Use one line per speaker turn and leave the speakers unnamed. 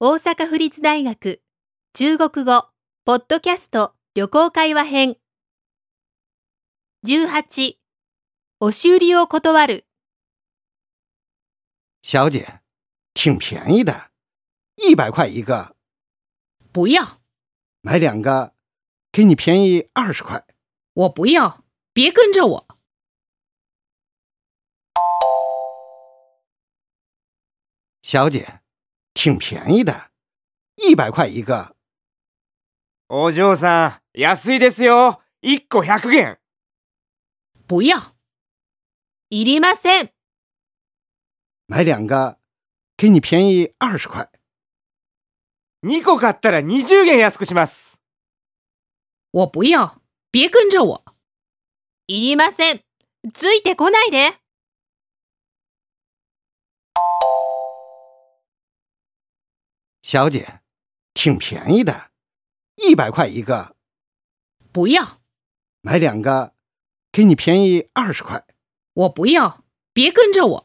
大阪府立大学中国語ポッドキャスト旅行会話編18押し売りを断る
小姐，挺便宜的，一百块一个，
不要，
买两个，给你便宜二十块。
我不要，别跟着我。
小姐，挺便宜的，一百块一个，
お嬢さん、安いですよ。1個100元。
不要，
いりません
买两个，给你便宜二十块。
2個買ったら20元安くします。
我不要，别跟着我。
いりませんついてこないで
小姐，挺便宜的，一百块一个，
不要，
买两个，给你便宜二十块。
我不要，别跟着我。